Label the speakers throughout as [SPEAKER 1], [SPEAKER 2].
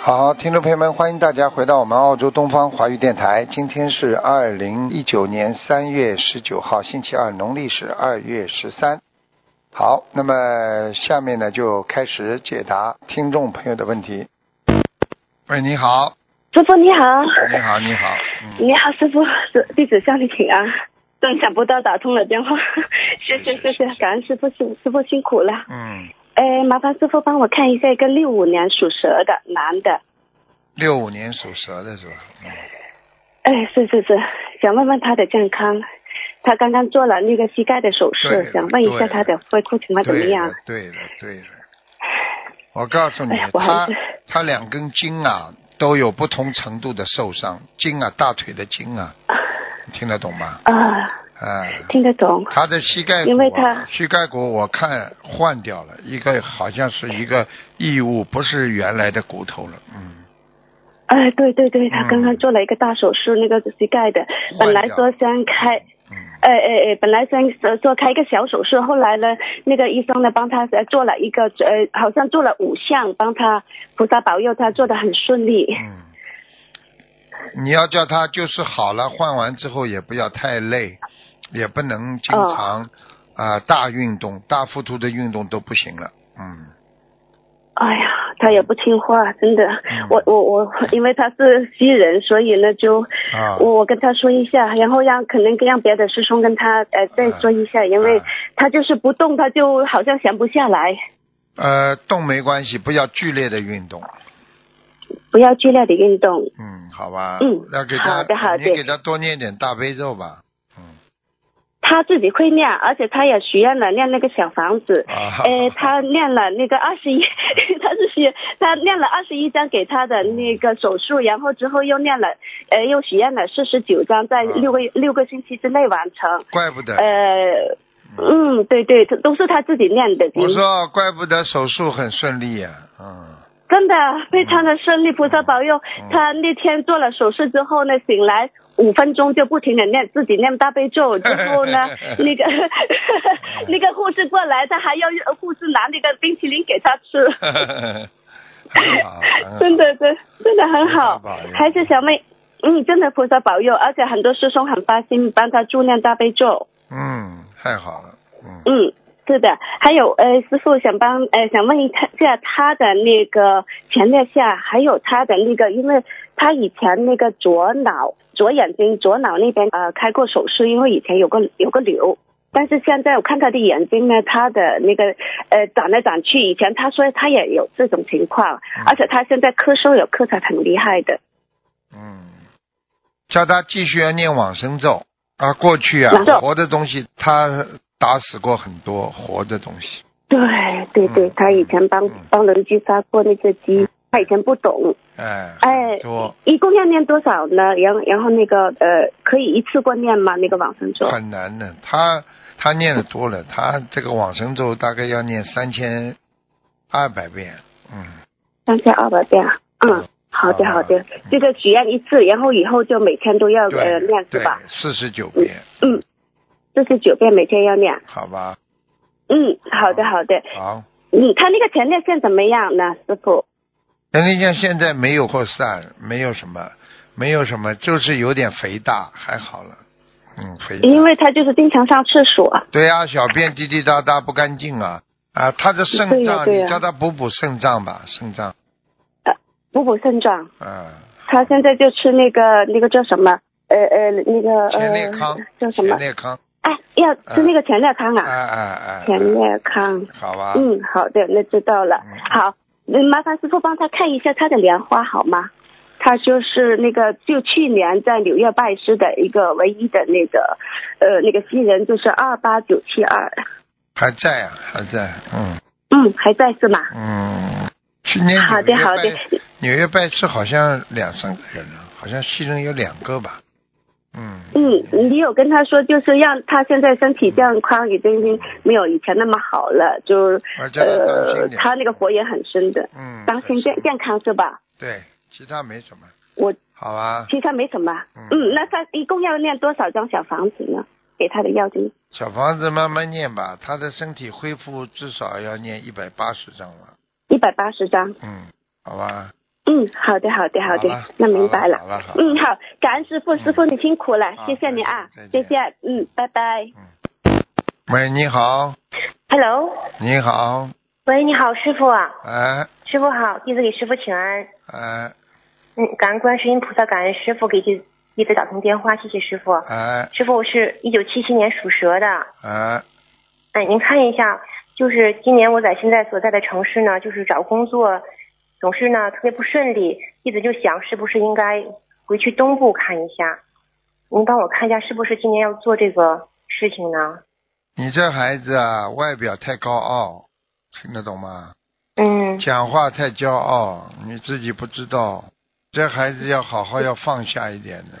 [SPEAKER 1] 好，听众朋友们，欢迎大家回到我们澳洲东方华语电台。今天是二零一九年三月十九号，星期二，农历是二月十三。好，那么下面呢就开始解答听众朋友的问题。喂，你好，
[SPEAKER 2] 师傅你好，
[SPEAKER 1] 你好，你好，嗯，
[SPEAKER 2] 你好师傅，是弟子向你请安。真想不到打通了电话， 谢谢
[SPEAKER 1] 是
[SPEAKER 2] 谢
[SPEAKER 1] 是
[SPEAKER 2] 谢，感恩师傅辛师傅辛苦了。
[SPEAKER 1] 嗯，
[SPEAKER 2] 哎，麻烦师傅帮我看一下一个六五年属蛇的男的。
[SPEAKER 1] 六五年属蛇的是吧？嗯，
[SPEAKER 2] 哎，是是是，想问问他的健康。他刚刚做了那个膝盖的手
[SPEAKER 1] 对了
[SPEAKER 2] 术，想问一下他的肺部情况怎么
[SPEAKER 1] 对
[SPEAKER 2] 样
[SPEAKER 1] 的？，对的，对的。我告诉你
[SPEAKER 2] 哎呀，我还
[SPEAKER 1] 他
[SPEAKER 2] 是
[SPEAKER 1] 他两根筋啊都有不同程度的受伤，筋啊，大腿的筋啊，听得懂吗？
[SPEAKER 2] 啊，
[SPEAKER 1] 啊、
[SPEAKER 2] 听得懂。
[SPEAKER 1] 他的膝盖
[SPEAKER 2] 因为
[SPEAKER 1] 骨啊
[SPEAKER 2] 他，
[SPEAKER 1] 膝盖骨我看换掉了一个，好像是一个异物，不是原来的骨头了。嗯，
[SPEAKER 2] 哎，对对对，他
[SPEAKER 1] 嗯
[SPEAKER 2] 刚刚做了一个大手术，那个膝盖的，本来说想开
[SPEAKER 1] 嗯，
[SPEAKER 2] 哎哎哎，本来想说说开一个小手术，后来呢，那个医生呢帮他呃做了一个呃，好像做了五项，帮他菩萨保佑他做的很顺利。
[SPEAKER 1] 嗯，你要叫他就是好了，换完之后也不要太累，也不能经
[SPEAKER 2] 哦
[SPEAKER 1] 常啊、大运动、大幅度的运动都不行了。嗯，
[SPEAKER 2] 哎呀，他也不听话，真的，
[SPEAKER 1] 嗯
[SPEAKER 2] 我我我，因为他是西人，所以呢就。
[SPEAKER 1] 啊，
[SPEAKER 2] 我我跟他说一下，然后让可能让别的师兄跟他呃再说一下，因为
[SPEAKER 1] 嗯
[SPEAKER 2] 他就是不动，他就好像闲不下来。
[SPEAKER 1] 呃，动没关系，不要剧烈的运动。
[SPEAKER 2] 不要剧烈的运动。
[SPEAKER 1] 嗯，好吧。
[SPEAKER 2] 嗯
[SPEAKER 1] 要给他，
[SPEAKER 2] 好的好的
[SPEAKER 1] 你给他多念点大悲咒吧。嗯
[SPEAKER 2] 他自己会念，而且他也许愿了念那个小房子。
[SPEAKER 1] 啊。
[SPEAKER 2] 呃，他念了那个二十一， 他是许他念了二十一张给他的
[SPEAKER 1] 嗯
[SPEAKER 2] 那个手术，然后之后又念了，呃，又许愿了四十九张，在
[SPEAKER 1] 嗯
[SPEAKER 2] 六个六个星期之内完成。
[SPEAKER 1] 怪不得。
[SPEAKER 2] 呃，嗯，对对，这都是他自己念的经
[SPEAKER 1] 我，说，怪不得手术很顺利呀、嗯，，
[SPEAKER 2] 真的非常的顺利，菩萨保佑。他那天做了手术之后呢，醒来五分钟就不停的念自己念大悲咒，之后呢 那个
[SPEAKER 1] 嗯
[SPEAKER 2] 那个护士过来，他还要护士拿那个冰淇淋给他吃。
[SPEAKER 1] 很好，很好
[SPEAKER 2] 真的真真的很好
[SPEAKER 1] 菩萨保佑，
[SPEAKER 2] 还是小妹，嗯，真的菩萨保佑，而且很多师兄很发心帮他助念大悲咒，
[SPEAKER 1] 嗯，太好了，嗯，
[SPEAKER 2] 嗯。是的，还有呃，师傅想帮呃，想问一下他的那个前列腺，还有他的那个，因为他以前那个左脑、左眼睛、左脑那边呃开过手术，因为以前有个有个瘤，但是现在我看他的眼睛呢，他的那个呃长来长去，以前他说他也有这种情况，而且他现在咳嗽有咳嗽很厉害的，
[SPEAKER 1] 嗯，叫他继续要念往生咒啊。过去啊
[SPEAKER 2] 往，生
[SPEAKER 1] 活的东西他打死过很多活的东西，
[SPEAKER 2] 对对
[SPEAKER 1] 嗯
[SPEAKER 2] 对，他以前帮、
[SPEAKER 1] 嗯
[SPEAKER 2] 帮人击杀过那只鸡，他以前不懂，
[SPEAKER 1] 哎，
[SPEAKER 2] 哎
[SPEAKER 1] 很多
[SPEAKER 2] 一共要念多少呢？然后然后那个呃，可以一次过念吗？那个往生咒？
[SPEAKER 1] 很难的。他他念的多了，他这个往生咒大概要念三千二百遍，嗯。
[SPEAKER 2] 三千二百遍啊。嗯，
[SPEAKER 1] 哦
[SPEAKER 2] 好的好的，这个许愿一次，然后以后就每天都要呃
[SPEAKER 1] 对
[SPEAKER 2] 念是
[SPEAKER 1] 对
[SPEAKER 2] 吧？，
[SPEAKER 1] 四十九遍，
[SPEAKER 2] 嗯，四十九遍每天要念。
[SPEAKER 1] 好吧，
[SPEAKER 2] 嗯，好的好的。
[SPEAKER 1] 好。
[SPEAKER 2] 嗯，他那个前列腺怎么样呢，师傅？
[SPEAKER 1] 前列腺现在没有扩散，没有什么，没有什么，就是有点肥大，还好了。嗯，肥大。
[SPEAKER 2] 因为他就是经常上厕所。
[SPEAKER 1] 对呀、小便滴滴答答不干净啊啊！他的肾
[SPEAKER 2] 对呀
[SPEAKER 1] 脏，
[SPEAKER 2] 对呀
[SPEAKER 1] 你叫他补补肾脏吧，肾脏。
[SPEAKER 2] 补补肾脏，
[SPEAKER 1] 嗯，
[SPEAKER 2] 他现在就吃那个那个叫什么？呃呃，那个
[SPEAKER 1] 前列康
[SPEAKER 2] 呃，叫什
[SPEAKER 1] 前
[SPEAKER 2] 么？
[SPEAKER 1] 列康，
[SPEAKER 2] 哎，要吃那个前列康
[SPEAKER 1] 哎
[SPEAKER 2] 啊，
[SPEAKER 1] 哎哎，
[SPEAKER 2] 前列康。
[SPEAKER 1] 好吧。
[SPEAKER 2] 嗯，好的，那知道了
[SPEAKER 1] 啊嗯。
[SPEAKER 2] 好，嗯，麻烦师傅帮他看一下他的莲花好吗？他就是那个，就去年在纽约拜师的一个唯一的那个，呃，那个新人就是二八九七二，
[SPEAKER 1] 还在啊，还在。嗯
[SPEAKER 2] 嗯，还在是吗？
[SPEAKER 1] 嗯，去年
[SPEAKER 2] 好的
[SPEAKER 1] 纽约
[SPEAKER 2] 好的
[SPEAKER 1] 拜纽约拜师好像两三个人了，好像西人有两个吧。嗯。
[SPEAKER 2] 嗯，你有跟他说，就是让他现在身体健康已经没有以前那么好了，就
[SPEAKER 1] 我叫他当心
[SPEAKER 2] 呃，
[SPEAKER 1] 点
[SPEAKER 2] 他那个火也很深的，
[SPEAKER 1] 嗯，
[SPEAKER 2] 当心健健康是吧？
[SPEAKER 1] 对，其他没什么，
[SPEAKER 2] 我
[SPEAKER 1] 好吧？
[SPEAKER 2] 其实没什么，
[SPEAKER 1] 嗯
[SPEAKER 2] 嗯，那他一共要念多少张小房子呢？给他的药精。
[SPEAKER 1] 小房子慢慢念吧，他的身体恢复至少要念一百八十章了，
[SPEAKER 2] 一百八十张，
[SPEAKER 1] 嗯，好吧？
[SPEAKER 2] 嗯，好的，好的，好的，
[SPEAKER 1] 好了
[SPEAKER 2] 那明白
[SPEAKER 1] 好了好了
[SPEAKER 2] 嗯，好，感恩师傅，师傅你辛苦了，
[SPEAKER 1] 好
[SPEAKER 2] 谢谢你啊
[SPEAKER 1] 再，见
[SPEAKER 2] 谢
[SPEAKER 1] 再
[SPEAKER 2] 谢，嗯，拜拜。
[SPEAKER 1] 喂，你好，
[SPEAKER 3] Hello，
[SPEAKER 1] 你好，
[SPEAKER 3] 喂，你好，师傅啊，
[SPEAKER 1] 哎
[SPEAKER 3] 师傅好，弟子给师傅请安。
[SPEAKER 1] 哎
[SPEAKER 3] 嗯，感恩观世音菩萨，感恩师傅给弟弟子打通电话，谢谢师傅。
[SPEAKER 1] 哎
[SPEAKER 3] 师傅，我是一九七七年属蛇的，
[SPEAKER 1] 哎，
[SPEAKER 3] 哎，您看一下，就是今年我在现在所在的城市呢，就是找工作总是呢特别不顺利，弟子就想是不是应该回去东部看一下？您帮我看一下，是不是今年要做这个事情呢？
[SPEAKER 1] 你这孩子啊，外表太高傲，听得懂吗？
[SPEAKER 3] 嗯
[SPEAKER 1] 讲话太骄傲，你自己不知道。这孩子要好好要放下一点的，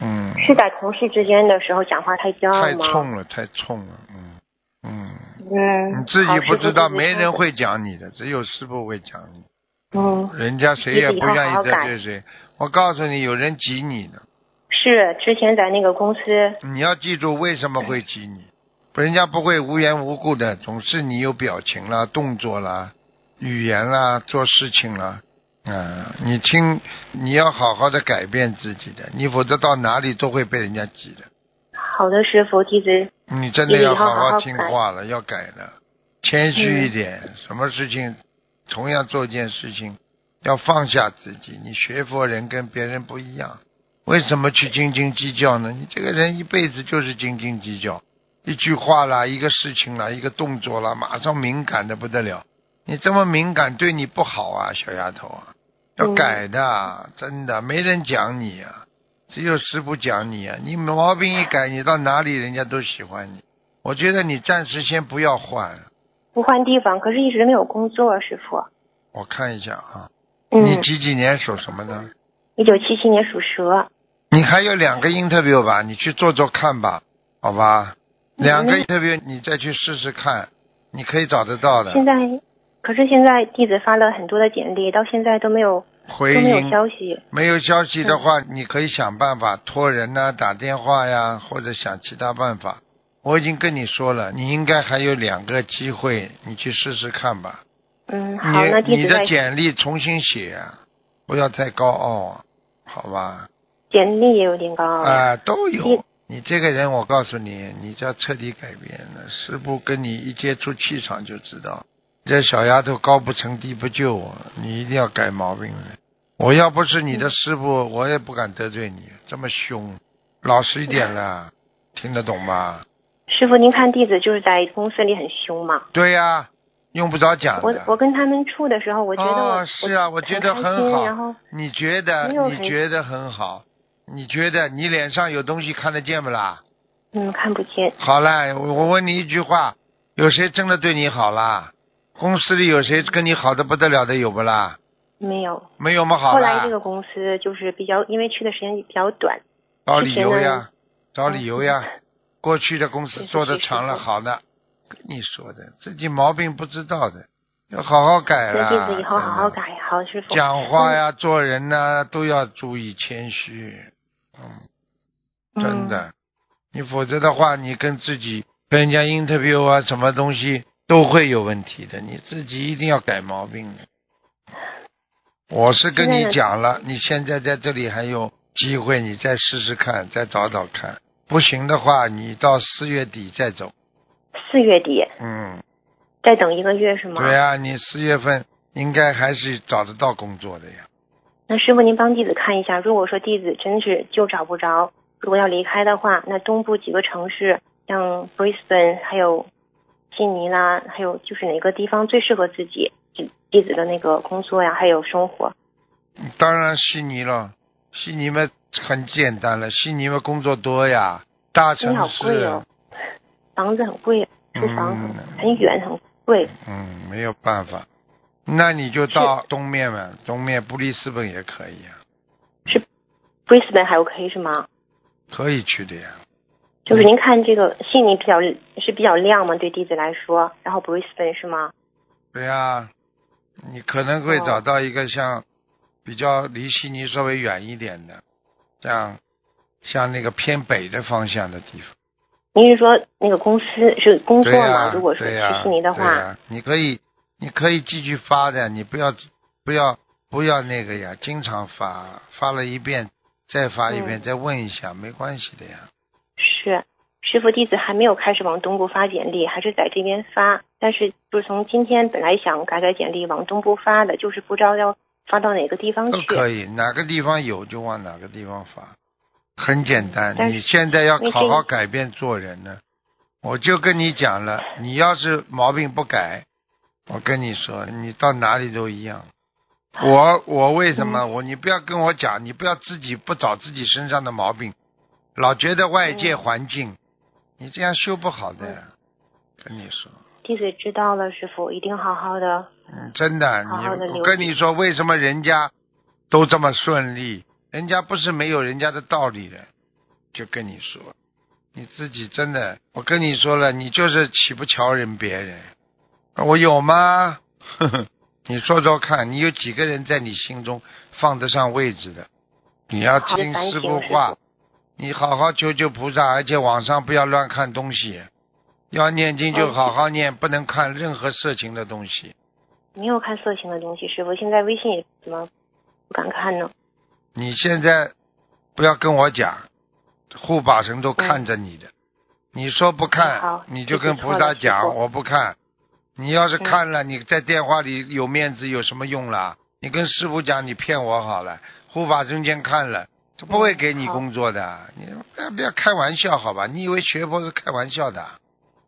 [SPEAKER 1] 嗯，
[SPEAKER 3] 是在同事之间的时候讲话太骄傲
[SPEAKER 1] 太
[SPEAKER 3] 吗？
[SPEAKER 1] 冲了，太冲了，嗯嗯，
[SPEAKER 3] 嗯，
[SPEAKER 1] 你自己
[SPEAKER 3] 好
[SPEAKER 1] 不知道，没。
[SPEAKER 3] 师
[SPEAKER 1] 人
[SPEAKER 3] 傅
[SPEAKER 1] 会讲你的，只有师傅会讲你。
[SPEAKER 3] 嗯，
[SPEAKER 1] 人家谁也
[SPEAKER 3] 自己
[SPEAKER 1] 不
[SPEAKER 3] 要
[SPEAKER 1] 愿
[SPEAKER 3] 好好
[SPEAKER 1] 意得
[SPEAKER 3] 改
[SPEAKER 1] 罪谁。我告诉你，有人挤你的，
[SPEAKER 3] 是之前在那个公司，
[SPEAKER 1] 你要记住为什么会挤你。人家不会无缘无故的，总是你有表情啦、动作啦、语言啦、做事情啦。啊、你听，你要好好的改变自己的，你否则到哪里都会被人家挤的。
[SPEAKER 3] 好的师傅弟子，
[SPEAKER 1] 你真的要
[SPEAKER 3] 以后好
[SPEAKER 1] 好
[SPEAKER 3] 好
[SPEAKER 1] 听话了，要改了，谦虚一点。什么事情，同样做一件事情，要放下自己。你学佛人跟别人不一样，为什么去斤斤计较呢？你这个人一辈子就是斤斤计较，一句话啦，一个事情啦，一个动作啦，马上敏感的不得了。你这么敏感对你不好啊，小丫头啊，要
[SPEAKER 3] 嗯
[SPEAKER 1] 改的啊，真的没人讲你啊。只有师傅讲你啊，你毛病一改，你到哪里人家都喜欢你。我觉得你暂时先不要换，
[SPEAKER 3] 不换地方，可是一直没有工作，师傅。
[SPEAKER 1] 我看一下啊，你
[SPEAKER 3] 嗯，
[SPEAKER 1] 几几年属什么呢？
[SPEAKER 3] 一九七七年属蛇。
[SPEAKER 1] 你还有两个 interview 吧，你去做做看吧，好吧？两个
[SPEAKER 3] 嗯
[SPEAKER 1] interview 你再去试试看，你可以找得到的
[SPEAKER 3] 现在，可是现在弟子发了很多的简历，到现在都没有
[SPEAKER 1] 回
[SPEAKER 3] 都没有
[SPEAKER 1] 应。
[SPEAKER 3] 消息。
[SPEAKER 1] 没有消息
[SPEAKER 3] 嗯
[SPEAKER 1] 的话，你可以想办法托人呐、打电话呀，或者想其他办法。我已经跟你说了，你应该还有两个机会，你去试试看吧。
[SPEAKER 3] 嗯，好，那
[SPEAKER 1] 你
[SPEAKER 3] 弟
[SPEAKER 1] 你
[SPEAKER 3] 子在
[SPEAKER 1] 的简历重新写啊，不要太高傲啊，好吧？
[SPEAKER 3] 简历也有点高
[SPEAKER 1] 啊、
[SPEAKER 3] 傲。
[SPEAKER 1] 都
[SPEAKER 3] 你
[SPEAKER 1] 有。你这个人，我告诉你，你这要彻底改变了。师傅跟你一接触气场就知道，这小丫头高不成低不就啊，你一定要改毛病了。我要不是你的师傅，我也不敢得罪你，这么凶，老实一点啦，听得懂吗？
[SPEAKER 3] 师傅，您看弟子就是在公司里很凶嘛。
[SPEAKER 1] 对呀、用不着讲
[SPEAKER 3] 我
[SPEAKER 1] 的。
[SPEAKER 3] 我跟他们处的时候，我觉得我、
[SPEAKER 1] 哦是啊我觉得
[SPEAKER 3] 很
[SPEAKER 1] 很好
[SPEAKER 3] 开心然后
[SPEAKER 1] 你觉得
[SPEAKER 3] 没有
[SPEAKER 1] 你
[SPEAKER 3] 很
[SPEAKER 1] 觉得很好，你觉得你脸上有东西看得见不啦？
[SPEAKER 3] 嗯，看不见。
[SPEAKER 1] 好啦，我我问你一句话，有谁真的对你好啦？公司里有谁跟你好的不得了的有不啦？
[SPEAKER 3] 没有，
[SPEAKER 1] 没有么好
[SPEAKER 3] 后来
[SPEAKER 1] 啦
[SPEAKER 3] 这，个公司就是比较，因为去的时间比较短，
[SPEAKER 1] 找理由
[SPEAKER 3] 之前
[SPEAKER 1] 呀
[SPEAKER 3] 呢，嗯
[SPEAKER 1] 找理由呀。过去的公
[SPEAKER 3] 谢
[SPEAKER 1] 司
[SPEAKER 3] 谢
[SPEAKER 1] 做的
[SPEAKER 3] 谢谢
[SPEAKER 1] 长了，
[SPEAKER 3] 谢谢
[SPEAKER 1] 好的，跟你说的，自己毛病不知道的，要好好改
[SPEAKER 3] 所以
[SPEAKER 1] 啦。
[SPEAKER 3] 弟子以后好好
[SPEAKER 1] 真的
[SPEAKER 3] 改，好师傅。
[SPEAKER 1] 讲话呀，做人呐、都要注意谦虚。嗯，真的，嗯你否则的话，你跟自己跟人家 interview 啊，什么东西都会有问题的。你自己一定要改毛病的。我是跟
[SPEAKER 3] 现在
[SPEAKER 1] 你
[SPEAKER 3] 的
[SPEAKER 1] 讲了，你现在在这里还有机会，你再试试看，再找找看。不行的话，你到四月底再走。
[SPEAKER 3] 四月底
[SPEAKER 1] 嗯，
[SPEAKER 3] 再等一个月是吗？
[SPEAKER 1] 对啊，你四月份应该还是找得到工作的呀。
[SPEAKER 3] 那师傅，您帮弟子看一下，如果说弟子真是就找不着，如果要离开的话，那东部几个城市，像 Brisbane 还有悉尼啦，还有就是哪个地方最适合自己弟弟子的那个工作呀，还有生活？
[SPEAKER 1] 当然悉尼了，悉尼嘛很简单了，悉尼嘛工作多呀，大
[SPEAKER 3] 悉尼
[SPEAKER 1] 城
[SPEAKER 3] 好
[SPEAKER 1] 市。
[SPEAKER 3] 贵哦，房子很贵，住房很、很远很贵。
[SPEAKER 1] 嗯，没有办法，那你就到东面嘛，东面布里斯本也可以啊，
[SPEAKER 3] Brisbane 还 OK 是吗？
[SPEAKER 1] 可以去的呀。
[SPEAKER 3] 就是
[SPEAKER 1] 嗯
[SPEAKER 3] 您看这个悉尼比较是比较亮嘛，对弟子来说，然后 Brisbane 是吗？
[SPEAKER 1] 对呀、你可能会
[SPEAKER 3] 哦
[SPEAKER 1] 找到一个像比较离悉尼稍微远一点的，像像那个偏北的方向的地方。
[SPEAKER 3] 您是说那个公司是工作
[SPEAKER 1] 对呀、
[SPEAKER 3] 吗？如果是
[SPEAKER 1] 对啊
[SPEAKER 3] 去
[SPEAKER 1] 呀、
[SPEAKER 3] 悉尼的
[SPEAKER 1] 对
[SPEAKER 3] 话，
[SPEAKER 1] 呀你可以你可以继续发展，你不要不要不要那个呀，经常发，发了一遍再发一遍，
[SPEAKER 3] 嗯
[SPEAKER 1] 再问一下，没关系的呀。
[SPEAKER 3] 是，师傅弟子还没有开始往东部发简历，还是在这边发。但是就是从今天本来想改改简历往东部发的，就是不知道要发到哪个地方
[SPEAKER 1] 都
[SPEAKER 3] 去。
[SPEAKER 1] 可以，哪个地方有就往哪个地方发，很简单。
[SPEAKER 3] 嗯但
[SPEAKER 1] 你现在要
[SPEAKER 3] 那
[SPEAKER 1] 好
[SPEAKER 3] 这
[SPEAKER 1] 好改变做人呢。我就跟你讲了，你要是毛病不改，我跟你说，你到哪里都一样。我我为什
[SPEAKER 3] 嗯
[SPEAKER 1] 么、我你不要跟我讲，你不要自己不找自己身上的毛病，老觉得外界
[SPEAKER 3] 嗯
[SPEAKER 1] 环境，你这样修不好的。跟你说，
[SPEAKER 3] 弟子知道了，师傅一定好好的。
[SPEAKER 1] 嗯，真的，
[SPEAKER 3] 好
[SPEAKER 1] 你
[SPEAKER 3] 好地
[SPEAKER 1] 我
[SPEAKER 3] 留
[SPEAKER 1] 跟
[SPEAKER 3] 意
[SPEAKER 1] 你说，为什么人家都这么顺利？人家不是没有人家的道理的，就跟你说，你自己真的，我跟你说了，你就是瞧不瞧人别人，我有吗？ 呵呵，你说说看，你有几个人在你心中放得上位置的？你要
[SPEAKER 3] 好
[SPEAKER 1] 听
[SPEAKER 3] 反
[SPEAKER 1] 师
[SPEAKER 3] 省
[SPEAKER 1] 傅
[SPEAKER 3] 师
[SPEAKER 1] 话
[SPEAKER 3] 父，
[SPEAKER 1] 你好好求求菩萨，而且网上不要乱看东西，要念经就
[SPEAKER 3] 嗯
[SPEAKER 1] 好好念，不能看任何色情的东西。
[SPEAKER 3] 没有看色情的东西，师傅现在微信也怎么不敢看呢？
[SPEAKER 1] 你现在不要跟我讲，护法神都看着你的，你说不看
[SPEAKER 3] 嗯好，
[SPEAKER 1] 你就跟菩萨
[SPEAKER 3] 谢谢师
[SPEAKER 1] 讲
[SPEAKER 3] 父
[SPEAKER 1] 我不看。你要是看
[SPEAKER 3] 嗯
[SPEAKER 1] 了，你在电话里有面子有什么用啦？你跟师傅讲你骗我好了，护法中间看了，他不会给你
[SPEAKER 3] 好
[SPEAKER 1] 工作的。你不要不要开玩笑好吧？你以为学佛是开玩笑的？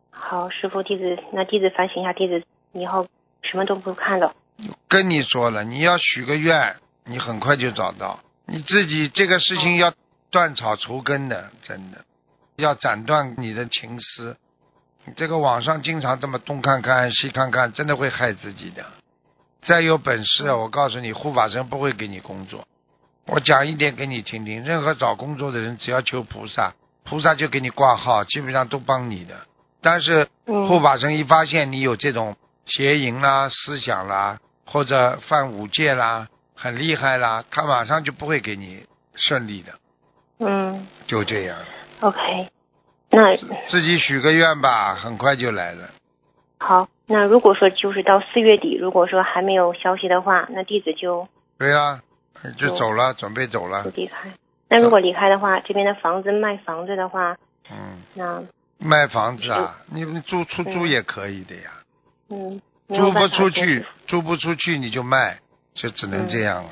[SPEAKER 3] 好，师傅弟子那弟子反省一下，弟子以后什么都不看了。
[SPEAKER 1] 跟你说了，你要许个愿，你很快就找到。你自己这个事
[SPEAKER 3] 嗯
[SPEAKER 1] 情要断草除根的，真的要斩断你的情丝。你这个网上经常这么东看看西看看，真的会害自己的。再有本事啊，我告诉你，护法神不会给你工作。我讲一点给你听听，任何找工作的人，只要求菩萨，菩萨就给你挂号，基本上都帮你的。但是
[SPEAKER 3] 嗯
[SPEAKER 1] 护法神一发现你有这种邪淫啦、思想啦，或者犯五戒啦，很厉害啦，他马上就不会给你顺利的，
[SPEAKER 3] 嗯
[SPEAKER 1] 就这样。
[SPEAKER 3] ，OK，那
[SPEAKER 1] 自己许个愿吧，很快就来了。
[SPEAKER 3] 好，那如果说就是到四月底，如果说还没有消息的话，那弟子就
[SPEAKER 1] 对啦，就
[SPEAKER 3] 有
[SPEAKER 1] 走了，准备走了
[SPEAKER 3] 就。离开。那如果离开的话，这边的房子卖房子的话，
[SPEAKER 1] 嗯，
[SPEAKER 3] 那
[SPEAKER 1] 卖房子啊，你们租出租
[SPEAKER 3] 嗯
[SPEAKER 1] 也可以的呀。
[SPEAKER 3] 嗯，没有
[SPEAKER 1] 租不
[SPEAKER 3] 办法
[SPEAKER 1] 出
[SPEAKER 3] 说
[SPEAKER 1] 去，租不出去你就卖，就只能这样了、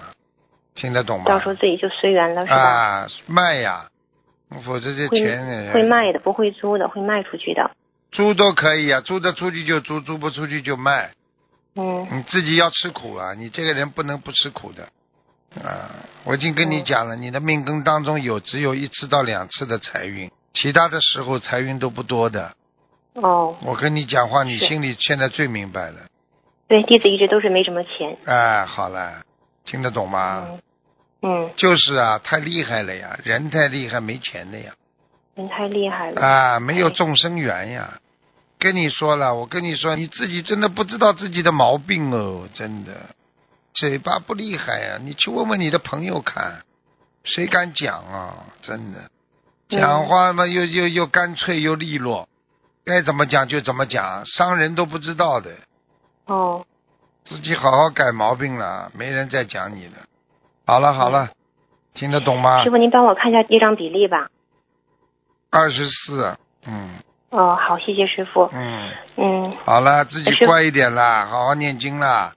[SPEAKER 1] 听得懂
[SPEAKER 3] 嗯到
[SPEAKER 1] 吗
[SPEAKER 3] 时？候自己就随缘了，是吧？
[SPEAKER 1] 啊，卖呀，否则这
[SPEAKER 3] 会
[SPEAKER 1] 钱
[SPEAKER 3] 会卖的，不会租的，会卖出去的。
[SPEAKER 1] 租都可以啊，租得出去就租，租不出去就卖，
[SPEAKER 3] 嗯
[SPEAKER 1] 你自己要吃苦啊，你这个人不能不吃苦的。啊，我已经跟你
[SPEAKER 3] 嗯
[SPEAKER 1] 讲了，你的命根当中有只有一次到两次的财运，其他的时候财运都不多的。
[SPEAKER 3] 哦，
[SPEAKER 1] 我跟你讲话，你
[SPEAKER 3] 是
[SPEAKER 1] 心里现在最明白了。
[SPEAKER 3] 对，弟子一直都是没什么钱。
[SPEAKER 1] 哎，好了，听得懂吗？
[SPEAKER 3] 嗯嗯，
[SPEAKER 1] 就是啊，太厉害了呀，人太厉害，没钱的呀，
[SPEAKER 3] 人太厉害了。
[SPEAKER 1] 啊，没有众生缘呀。跟你说了，我跟你说，你自己真的不知道自己的毛病哦，真的，嘴巴不厉害呀、你去问问你的朋友看，谁敢讲啊？真的，
[SPEAKER 3] 嗯
[SPEAKER 1] 讲话嘛又又又干脆又利落，该怎么讲就怎么讲，伤人都不知道的，
[SPEAKER 3] 哦，
[SPEAKER 1] 自己好好改毛病了，没人再讲你了。好了好了，听得懂吗
[SPEAKER 3] 师？傅您帮我看一下业障比例吧。
[SPEAKER 1] 二十四，嗯
[SPEAKER 3] 哦，好，谢谢师傅。
[SPEAKER 1] 嗯，
[SPEAKER 3] 嗯，
[SPEAKER 1] 好了，自己
[SPEAKER 3] 师傅
[SPEAKER 1] 乖一点啦，好好念经啦，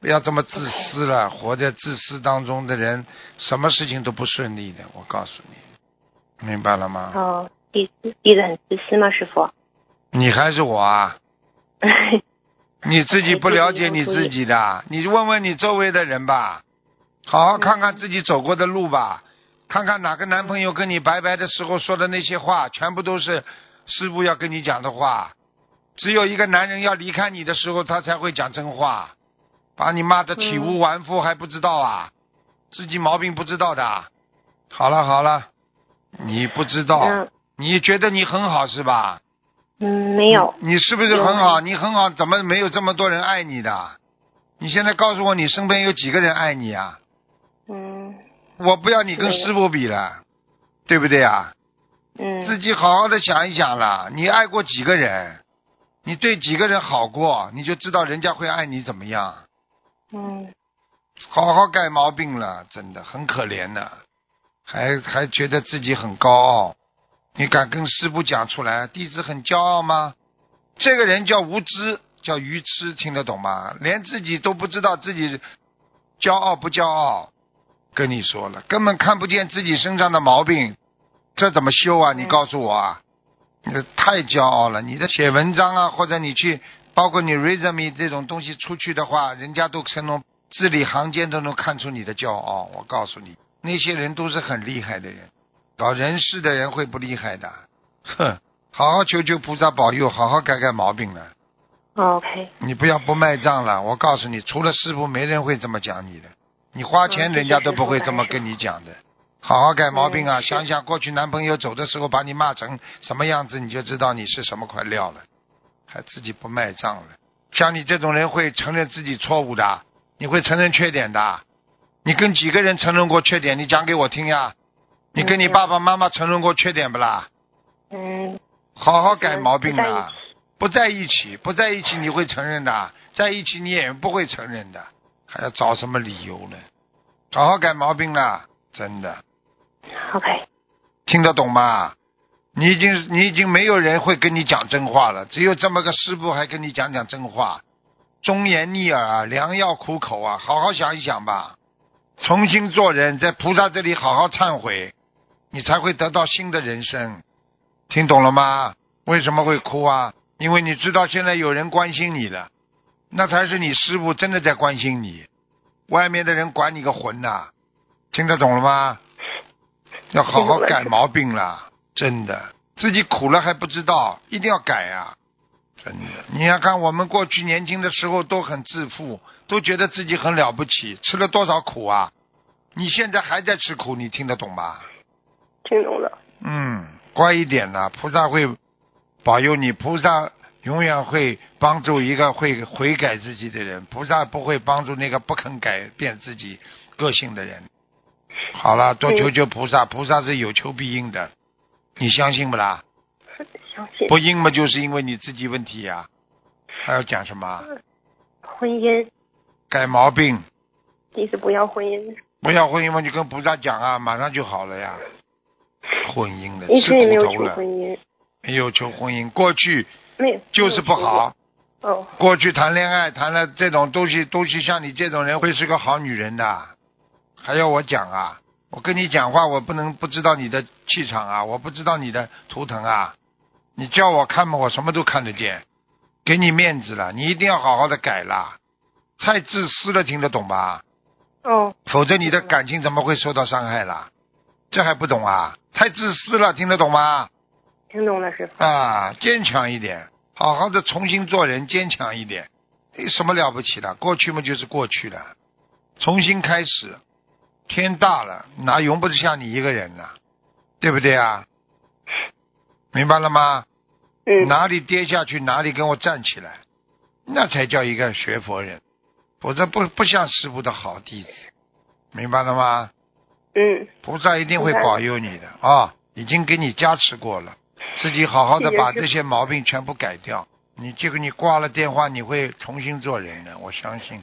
[SPEAKER 1] 不要这么自私了。活在自私当中的人，什么事情都不顺利的。我告诉你，明白了吗？
[SPEAKER 3] 哦，弟子弟子很自私吗，师傅？
[SPEAKER 1] 你还是我啊？你自哎己不了解你自己的，你问问你周围的人吧，好好看看自己走过的路吧，看看哪个男朋友跟你拜拜的时候说的那些话，全部都是师傅要跟你讲的话。只有一个男人要离开你的时候，他才会讲真话，把你骂得体无完肤还不知道啊，自己毛病不知道的。好了好了，你不知道
[SPEAKER 3] 嗯，
[SPEAKER 1] 你觉得你很好是吧？
[SPEAKER 3] 嗯，没有。
[SPEAKER 1] 你是不是很好？你很好，怎么没有这么多人爱你的？你现在告诉我，你身边有几个人爱你啊？
[SPEAKER 3] 嗯
[SPEAKER 1] 我不要你跟
[SPEAKER 3] 没有
[SPEAKER 1] 师傅比了，对不对啊？自
[SPEAKER 3] 嗯
[SPEAKER 1] 己好好的想一想啦，你爱过几个人？你对几个人好过，你就知道人家会爱你怎么样。
[SPEAKER 3] 嗯，
[SPEAKER 1] 好好改毛病了，真的很可怜呐、还还觉得自己很高傲。你敢跟师傅讲出来，弟子很骄傲吗？这个人叫无知，叫愚痴，听得懂吗？连自己都不知道自己骄傲不骄傲，跟你说了，根本看不见自己身上的毛病，这怎么修啊？你
[SPEAKER 3] 嗯
[SPEAKER 1] 告诉我啊！你太骄傲了，你在写文章啊，或者你去，包括你 resume 这种东西出去的话，人家都成龙字里行间都能看出你的骄傲。我告诉你，那些人都是很厉害的人，搞人事的人会不厉害的。哼，好好求求菩萨保佑，好好改改毛病了。
[SPEAKER 3] 哦 OK，
[SPEAKER 1] 你不要不卖账了，我告诉你，除了师傅，没人会这么讲你的。你花钱，
[SPEAKER 3] 嗯
[SPEAKER 1] 人家都不会
[SPEAKER 3] 这确实
[SPEAKER 1] 这么
[SPEAKER 3] 不敢
[SPEAKER 1] 跟你讲的。好好改毛病啊！
[SPEAKER 3] 嗯是
[SPEAKER 1] 想想过去男朋友走的时候把你骂成什么样子，你就知道你是什么块料了。还自己不卖账了，像你这种人会承认自己错误的，啊你会承认缺点的。啊你跟几个人承认过缺点？你讲给我听呀！你跟你
[SPEAKER 3] 嗯
[SPEAKER 1] 爸爸妈妈承认过缺点不啦？
[SPEAKER 3] 嗯，
[SPEAKER 1] 好好改毛病
[SPEAKER 3] 不在一
[SPEAKER 1] 啦
[SPEAKER 3] 起！
[SPEAKER 1] 不在一起，不在一起你会承认的，在一起你也不会承认的，还要找什么理由呢？好好改毛病啦，真的
[SPEAKER 3] OK，
[SPEAKER 1] 听得懂吗？你已经你已经没有人会跟你讲真话了，只有这么个师傅还跟你讲讲真话，忠言逆耳啊，良药苦口啊，好好想一想吧，重新做人，在菩萨这里好好忏悔，你才会得到新的人生，听懂了吗？为什么会哭啊？因为你知道现在有人关心你了，那才是你师傅真的在关心你，外面的人管你个魂呐、听得懂了吗？要好好改毛病啦，真的，自己苦了还不知道，一定要改啊！真的，你要看我们过去年轻的时候都很自负，都觉得自己很了不起，吃了多少苦啊！你现在还在吃苦，你听得懂吗？
[SPEAKER 3] 听懂了。
[SPEAKER 1] 嗯，乖一点啦，菩萨会保佑你，菩萨永远会帮助一个会悔改自己的人，菩萨不会帮助那个不肯改变自己个性的人。好了，多求求菩萨，菩萨是有求必应的，你相信不啦？
[SPEAKER 3] 相信
[SPEAKER 1] 不应嘛，就是因为你自己问题呀、还要讲什么啊？
[SPEAKER 3] 婚姻，
[SPEAKER 1] 改毛病，
[SPEAKER 3] 弟子不要婚姻，
[SPEAKER 1] 不要婚姻嘛，你跟菩萨讲啊，马上就好了呀。婚姻的
[SPEAKER 3] 嗯一
[SPEAKER 1] 吃
[SPEAKER 3] 直也没有
[SPEAKER 1] 苦头
[SPEAKER 3] 求
[SPEAKER 1] 了
[SPEAKER 3] 婚，姻，
[SPEAKER 1] 没有求婚姻，过去
[SPEAKER 3] 没有
[SPEAKER 1] 就是不好。。
[SPEAKER 3] 没有求过哦，
[SPEAKER 1] 过去谈恋爱谈了这种东西，东西像你这种人会是个好女人的，还要我讲啊？我跟你讲话，我不能不知道你的气场啊，我不知道你的图腾啊。你叫我看嘛，我什么都看得见，给你面子了，你一定要好好的改啦，太自私了，听得懂吧？
[SPEAKER 3] 哦，
[SPEAKER 1] 否则你的感情怎么会受到伤害啦？这还不懂啊？太自私了，听得懂吗？
[SPEAKER 3] 听懂了，师傅。
[SPEAKER 1] 啊，坚强一点，好好的重新做人，坚强一点，有什么了不起的？过去嘛就是过去了，重新开始。天大了，哪容不下你一个人呢？对不对啊？明白了吗？
[SPEAKER 3] 嗯，
[SPEAKER 1] 哪里跌下去，哪里跟我站起来，那才叫一个学佛人，否则不不像师傅的好弟子，明白了吗？
[SPEAKER 3] 嗯，
[SPEAKER 1] 菩萨一定会
[SPEAKER 3] 明白
[SPEAKER 1] 保佑你的啊！已经给你加持过了，自己好好的
[SPEAKER 3] 谢谢
[SPEAKER 1] 把
[SPEAKER 3] 师父
[SPEAKER 1] 这些毛病全部改掉。你这个你挂了电话，你会重新做人的，我相信。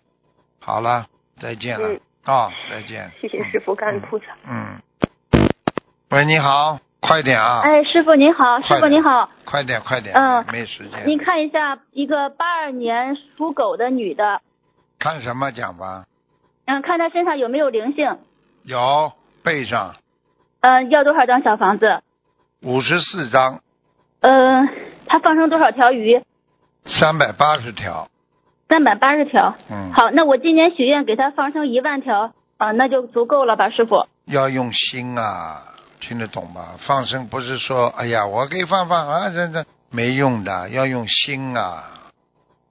[SPEAKER 1] 好了，再见了
[SPEAKER 3] 嗯
[SPEAKER 1] 啊，再见。
[SPEAKER 3] 谢谢师傅，感恩菩萨。
[SPEAKER 1] 嗯。喂，你好，快点啊，
[SPEAKER 4] 哎，师傅您好，
[SPEAKER 1] 快
[SPEAKER 4] 师傅
[SPEAKER 1] 点
[SPEAKER 4] 您好，
[SPEAKER 1] 快点，快点，
[SPEAKER 4] 嗯
[SPEAKER 1] 没时间。
[SPEAKER 4] 您看一下一个八二年属狗的女的，
[SPEAKER 1] 看什么讲吧？
[SPEAKER 4] 嗯，看她身上有没有灵性，
[SPEAKER 1] 有背上
[SPEAKER 4] 嗯，要多少张小房子？
[SPEAKER 1] 五十四张，
[SPEAKER 4] 嗯，她放生多少条鱼？
[SPEAKER 1] 三百八十条。
[SPEAKER 4] 三百八十条。
[SPEAKER 1] 嗯，
[SPEAKER 4] 好，那我今年许愿给她放生一万条，啊，那就足够了吧，师傅？
[SPEAKER 1] 要用心啊，听得懂吧？放生不是说，哎呀，我给放放啊，这这没用的，要用心啊，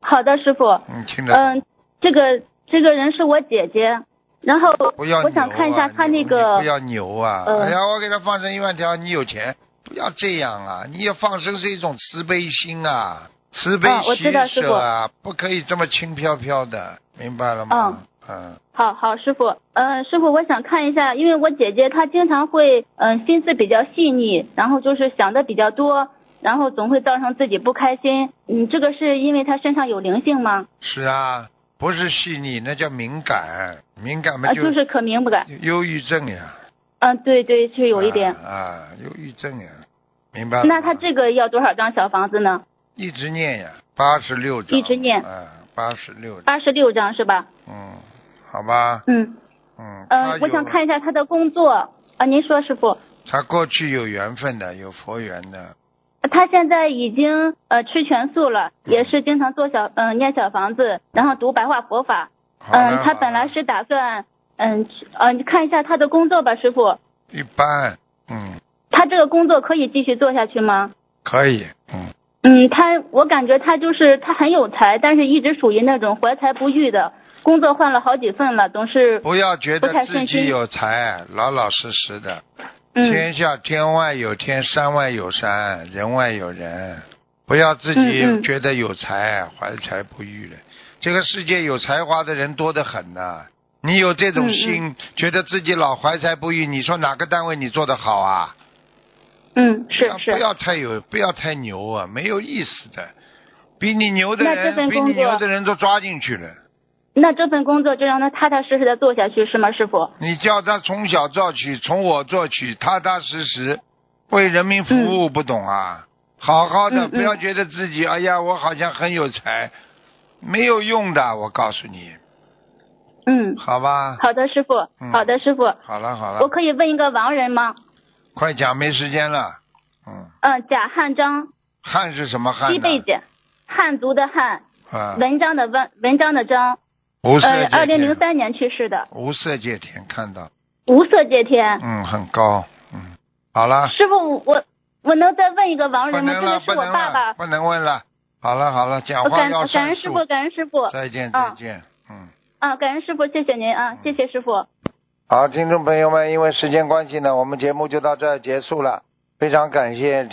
[SPEAKER 4] 好的，师傅。
[SPEAKER 1] 你听得懂？
[SPEAKER 4] 嗯，这个这个人是我姐姐，然后
[SPEAKER 1] 不要
[SPEAKER 4] 我想
[SPEAKER 1] 牛
[SPEAKER 4] 看一
[SPEAKER 1] 啊
[SPEAKER 4] 下她
[SPEAKER 1] 你
[SPEAKER 4] 那个
[SPEAKER 1] 你不要牛啊！
[SPEAKER 4] 嗯
[SPEAKER 1] 哎呀，我给他放生一万条，你有钱，不要这样啊！你也放生是一种慈悲心啊，慈悲
[SPEAKER 4] 啊我
[SPEAKER 1] 喜
[SPEAKER 4] 知道师
[SPEAKER 1] 舍啊，不可以这么轻飘飘的，明白了吗？嗯，
[SPEAKER 4] 好好，师傅，呃，师傅，我想看一下，因为我姐姐她经常会，嗯、心思比较细腻，然后就是想的比较多，然后总会造成自己不开心。嗯，这个是因为她身上有灵性吗？
[SPEAKER 1] 是啊，不是细腻，那叫敏感，敏感嘛
[SPEAKER 4] 啊，就是可敏感。
[SPEAKER 1] 忧郁症呀，
[SPEAKER 4] 嗯，对对，是有一点。
[SPEAKER 1] 啊，啊忧郁症呀，明白了吗。
[SPEAKER 4] 那他这个要多少张小房子呢？
[SPEAKER 1] 一直念呀，八十六章，
[SPEAKER 4] 一直念
[SPEAKER 1] 啊，八十六，
[SPEAKER 4] 八十六张是吧？
[SPEAKER 1] 嗯，好吧，
[SPEAKER 4] 嗯，
[SPEAKER 1] 嗯，他
[SPEAKER 4] 呃，
[SPEAKER 1] 有
[SPEAKER 4] 我想看一下他的工作啊，您说师傅，
[SPEAKER 1] 他过去有缘分的，有佛缘的，
[SPEAKER 4] 他现在已经呃吃全素了，也是经常做小嗯、念小房子，然后读白话佛法。
[SPEAKER 1] 好了
[SPEAKER 4] 嗯，他本来是打算嗯呃，你看一下他的工作吧，师傅，
[SPEAKER 1] 一般，嗯，
[SPEAKER 4] 他这个工作可以继续做下去吗？
[SPEAKER 1] 可以，嗯，
[SPEAKER 4] 嗯，他我感觉他就是他很有才，但是一直属于那种怀才不遇的，工作换了好几份了，总是
[SPEAKER 1] 不要觉
[SPEAKER 4] 不
[SPEAKER 1] 得
[SPEAKER 4] 太
[SPEAKER 1] 自
[SPEAKER 4] 顺
[SPEAKER 1] 己
[SPEAKER 4] 心
[SPEAKER 1] 有才，老老实实的。
[SPEAKER 4] 嗯
[SPEAKER 1] 天下天外有天，山外有山，人外有人。不要自
[SPEAKER 4] 嗯
[SPEAKER 1] 己
[SPEAKER 4] 嗯
[SPEAKER 1] 觉得有才，怀才不遇了。这个世界有才华的人多得很呐、你有这种
[SPEAKER 4] 嗯嗯
[SPEAKER 1] 心，觉得自己老怀才不遇，你说哪个单位你做得好啊？
[SPEAKER 4] 嗯是
[SPEAKER 1] 啊不
[SPEAKER 4] 是
[SPEAKER 1] 要太有，不要太牛啊，没有意思的。比你牛的
[SPEAKER 4] 那这份
[SPEAKER 1] 人，比你
[SPEAKER 4] 工作
[SPEAKER 1] 牛的人都抓进去了。
[SPEAKER 4] 那这份工作就让他踏踏实实的做下去是吗，师傅？
[SPEAKER 1] 你叫他从小做起，从我做起，踏踏实实为人民服务，不懂啊？好好的，
[SPEAKER 4] 嗯嗯
[SPEAKER 1] 不要觉得自己哎呀，我好像很有才，没有用的，我告诉你，
[SPEAKER 4] 嗯，
[SPEAKER 1] 好吧？
[SPEAKER 4] 好的，师傅
[SPEAKER 1] 嗯，
[SPEAKER 4] 好的，师傅，
[SPEAKER 1] 好了好
[SPEAKER 4] 我
[SPEAKER 1] 了，
[SPEAKER 4] 可以问一个亡人吗？
[SPEAKER 1] 快讲，没时间了。嗯，
[SPEAKER 4] 嗯，贾汉章，
[SPEAKER 1] 汉是什么汉
[SPEAKER 4] 西
[SPEAKER 1] 呢？
[SPEAKER 4] 贝简，汉族的汉，
[SPEAKER 1] 啊，
[SPEAKER 4] 文章的文，文章的章，
[SPEAKER 1] 无色
[SPEAKER 4] 呃，
[SPEAKER 1] 界
[SPEAKER 4] 二零零
[SPEAKER 1] 天，
[SPEAKER 4] 三年去世的，
[SPEAKER 1] 无色界天看到，
[SPEAKER 4] 无色界天。
[SPEAKER 1] 嗯，很高，嗯，好了，
[SPEAKER 4] 师傅，我我能再问一个亡
[SPEAKER 1] 不
[SPEAKER 4] 人吗？这
[SPEAKER 1] 能了，
[SPEAKER 4] 个是
[SPEAKER 1] 不
[SPEAKER 4] 我
[SPEAKER 1] 能
[SPEAKER 4] 爸
[SPEAKER 1] 了，
[SPEAKER 4] 爸。
[SPEAKER 1] 不能问了。好了好了，讲
[SPEAKER 4] 我
[SPEAKER 1] 话
[SPEAKER 4] 感
[SPEAKER 1] 要
[SPEAKER 4] 感
[SPEAKER 1] 算
[SPEAKER 4] 恩师
[SPEAKER 1] 数。
[SPEAKER 4] 傅，感恩师傅
[SPEAKER 1] 再见再
[SPEAKER 4] 啊
[SPEAKER 1] 见，嗯。
[SPEAKER 4] 啊，感恩师傅，谢谢您啊，谢谢师傅。
[SPEAKER 1] 好，听众朋友们，因为时间关系呢，我们节目就到这儿结束了。非常感谢听。